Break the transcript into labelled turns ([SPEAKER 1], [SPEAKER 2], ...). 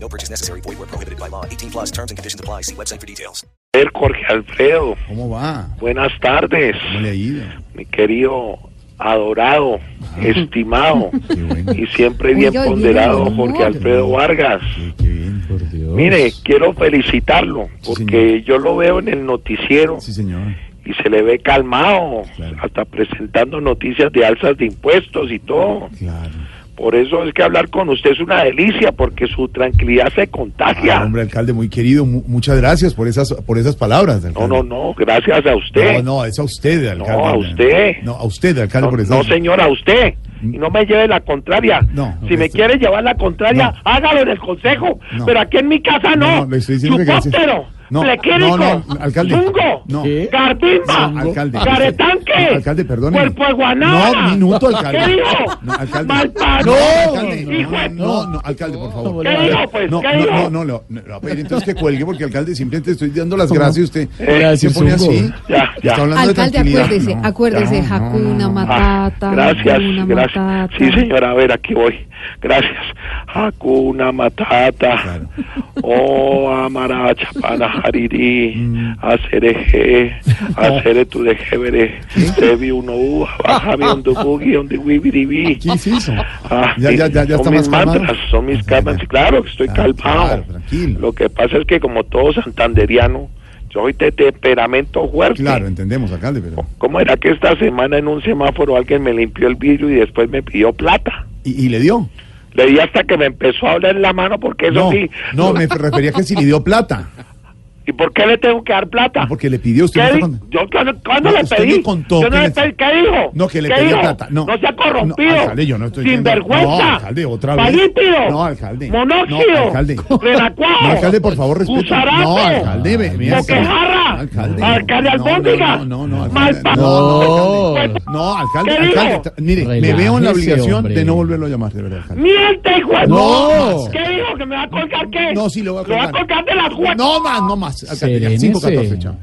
[SPEAKER 1] No purchase necessary. Void where prohibited by law. 18 plus terms and conditions apply. See website for details.
[SPEAKER 2] Jorge Alfredo,
[SPEAKER 3] ¿Cómo va?
[SPEAKER 2] buenas tardes,
[SPEAKER 3] ¿Cómo le ha ido?
[SPEAKER 2] mi querido, adorado, estimado
[SPEAKER 3] Qué bueno,
[SPEAKER 2] y siempre bien
[SPEAKER 4] Oiga,
[SPEAKER 2] ponderado
[SPEAKER 4] bien,
[SPEAKER 2] Jorge
[SPEAKER 4] amor.
[SPEAKER 2] Alfredo Vargas.
[SPEAKER 3] qué, qué bien, por Dios.
[SPEAKER 2] Mire, quiero felicitarlo porque yo lo veo en el noticiero
[SPEAKER 3] Sí, señor.
[SPEAKER 2] y se le ve calmado,
[SPEAKER 3] Claro.
[SPEAKER 2] hasta presentando noticias de alzas de impuestos y todo.
[SPEAKER 3] Claro.
[SPEAKER 2] Por eso es que hablar con usted es una delicia porque su tranquilidad se
[SPEAKER 3] Ah,
[SPEAKER 2] contagia.
[SPEAKER 3] hombre, alcalde, muy querido, mu- muchas gracias por esas, por esas palabras,
[SPEAKER 2] No,
[SPEAKER 3] alcalde.
[SPEAKER 2] no, no, gracias a
[SPEAKER 3] No,
[SPEAKER 2] usted.
[SPEAKER 3] no, es a usted, alcalde.
[SPEAKER 2] a usted.
[SPEAKER 3] No, a usted, alcalde,
[SPEAKER 2] No,
[SPEAKER 3] por esas...
[SPEAKER 2] no, señora, usted. Y no me lleve la contraria.
[SPEAKER 3] No,
[SPEAKER 2] si me
[SPEAKER 3] esto-
[SPEAKER 2] quiere llevar la contraria, hágalo en el consejo.
[SPEAKER 3] No.
[SPEAKER 2] Pero aquí en mi casa no.
[SPEAKER 3] No, no, le estoy diciendo que gracias.
[SPEAKER 2] Chupóptero,
[SPEAKER 3] No,
[SPEAKER 2] plequérico,
[SPEAKER 3] no, no, alcalde.
[SPEAKER 2] zungo,
[SPEAKER 3] No.
[SPEAKER 2] garbimba,
[SPEAKER 3] No, alcalde.
[SPEAKER 2] caretanque,
[SPEAKER 3] No, alcalde, perdóneme.
[SPEAKER 2] cuerpo de guanábana.
[SPEAKER 3] No, minuto, alcalde.
[SPEAKER 2] ¿Qué dijo?
[SPEAKER 3] No, alcalde.
[SPEAKER 2] Malparido,
[SPEAKER 3] No, alcalde, no,
[SPEAKER 2] hijo de-
[SPEAKER 3] no, no, no, alcalde, por favor.
[SPEAKER 2] ¿Qué dijo, pues?
[SPEAKER 3] No,
[SPEAKER 2] ¿Qué
[SPEAKER 3] no,
[SPEAKER 2] dijo?
[SPEAKER 3] no, no, no, no, no, pero entonces que cuelgue porque, alcalde, simplemente estoy dando las gracias a usted.
[SPEAKER 5] gracias,
[SPEAKER 3] se pone
[SPEAKER 5] Hugo.
[SPEAKER 3] así.
[SPEAKER 2] Eh, Ya, ya.
[SPEAKER 3] Está hablando de
[SPEAKER 6] Alcalde,
[SPEAKER 3] tranquilidad.
[SPEAKER 6] acuérdese,
[SPEAKER 3] No,
[SPEAKER 6] acuérdese,
[SPEAKER 3] no, no,
[SPEAKER 6] Hakuna
[SPEAKER 3] no, no.
[SPEAKER 2] Ah,
[SPEAKER 6] Matata,
[SPEAKER 2] gracias,
[SPEAKER 6] Hakuna
[SPEAKER 2] gracias.
[SPEAKER 6] Matata.
[SPEAKER 2] Sí, señora, a ver, aquí voy. Gracias. Hakuna Matata.
[SPEAKER 3] Claro.
[SPEAKER 2] Oh, Amara, Chapana, Hariri,
[SPEAKER 3] Mm.
[SPEAKER 2] Acereje, Acere tu dejevere, Sebi uno u, Bajabi un dubugi, un diwibiribi.
[SPEAKER 3] ¿Qué es eso?
[SPEAKER 2] Ah,
[SPEAKER 3] Ya,
[SPEAKER 2] sí,
[SPEAKER 3] ya, ya, ya está
[SPEAKER 2] son mis
[SPEAKER 3] más calmado.
[SPEAKER 2] mantras, son mis calmas. Claro que estoy
[SPEAKER 3] Ah,
[SPEAKER 2] calmado.
[SPEAKER 3] claro, tranquilo.
[SPEAKER 2] Lo que pasa es que como todo santanderiano, soy de temperamento fuerte.
[SPEAKER 3] Claro, entendemos, alcalde, pero...
[SPEAKER 2] ¿Cómo era que esta semana en un semáforo alguien me limpió el vidrio y después me pidió plata?
[SPEAKER 3] ¿Y, y le dio?
[SPEAKER 2] Le di hasta que me empezó a hablar en la mano porque eso
[SPEAKER 3] No,
[SPEAKER 2] sí.
[SPEAKER 3] no, me refería que si le dio plata.
[SPEAKER 2] ¿Y por qué le tengo que dar plata?
[SPEAKER 3] Porque le pidió usted.
[SPEAKER 2] ¿Qué
[SPEAKER 3] me está
[SPEAKER 2] di-
[SPEAKER 3] contando.
[SPEAKER 2] Yo cuando, cuando
[SPEAKER 3] No,
[SPEAKER 2] le
[SPEAKER 3] usted
[SPEAKER 2] pedí.
[SPEAKER 3] me contó
[SPEAKER 2] yo no
[SPEAKER 3] que
[SPEAKER 2] le
[SPEAKER 3] le-
[SPEAKER 2] pedí, ¿qué dijo?
[SPEAKER 3] No, que le
[SPEAKER 2] ¿Qué
[SPEAKER 3] pedía
[SPEAKER 2] dijo?
[SPEAKER 3] plata, no.
[SPEAKER 2] se ha corrompido.
[SPEAKER 3] No, alcalde, yo no estoy diciendo-
[SPEAKER 2] Sinvergüenza.
[SPEAKER 3] No, alcalde, otra vez.
[SPEAKER 2] Palípido.
[SPEAKER 3] No, alcalde.
[SPEAKER 2] Monóxido.
[SPEAKER 3] No, alcalde.
[SPEAKER 2] Renacuajo.
[SPEAKER 3] No, alcalde, por favor, respete.
[SPEAKER 2] Gusarapo.
[SPEAKER 3] No, alcalde, ve- mira,
[SPEAKER 2] Boquejarra.
[SPEAKER 3] Alcalde.
[SPEAKER 2] Alcalde
[SPEAKER 3] No, no,
[SPEAKER 2] Albóndiga.
[SPEAKER 3] No, no, no, alcalde.
[SPEAKER 2] Malpa-
[SPEAKER 3] No, no, alcalde.
[SPEAKER 2] Pues,
[SPEAKER 3] No, alcalde,
[SPEAKER 2] ¿qué dijo?
[SPEAKER 3] alcalde, t- Mire, me
[SPEAKER 5] Relájese,
[SPEAKER 3] veo en la obligación
[SPEAKER 5] hombre.
[SPEAKER 3] de no volverlo a llamar, de verdad, alcalde.
[SPEAKER 2] ¡Miente, hijo de-
[SPEAKER 3] No.
[SPEAKER 2] ¿Qué dijo? ¿Que me va a colgar qué?
[SPEAKER 3] No, sí, lo voy a
[SPEAKER 2] ¿Lo va a
[SPEAKER 3] colgar.
[SPEAKER 2] colgar de las huecas?
[SPEAKER 3] No más, no más. Alcalde, ya,
[SPEAKER 5] Serénese.
[SPEAKER 3] 514, chao.